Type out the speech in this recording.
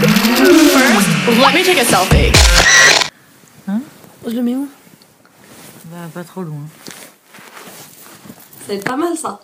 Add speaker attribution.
Speaker 1: First, let me take a selfie.
Speaker 2: Je le mets où
Speaker 3: Bah, pas trop loin.
Speaker 2: C'est pas mal ça.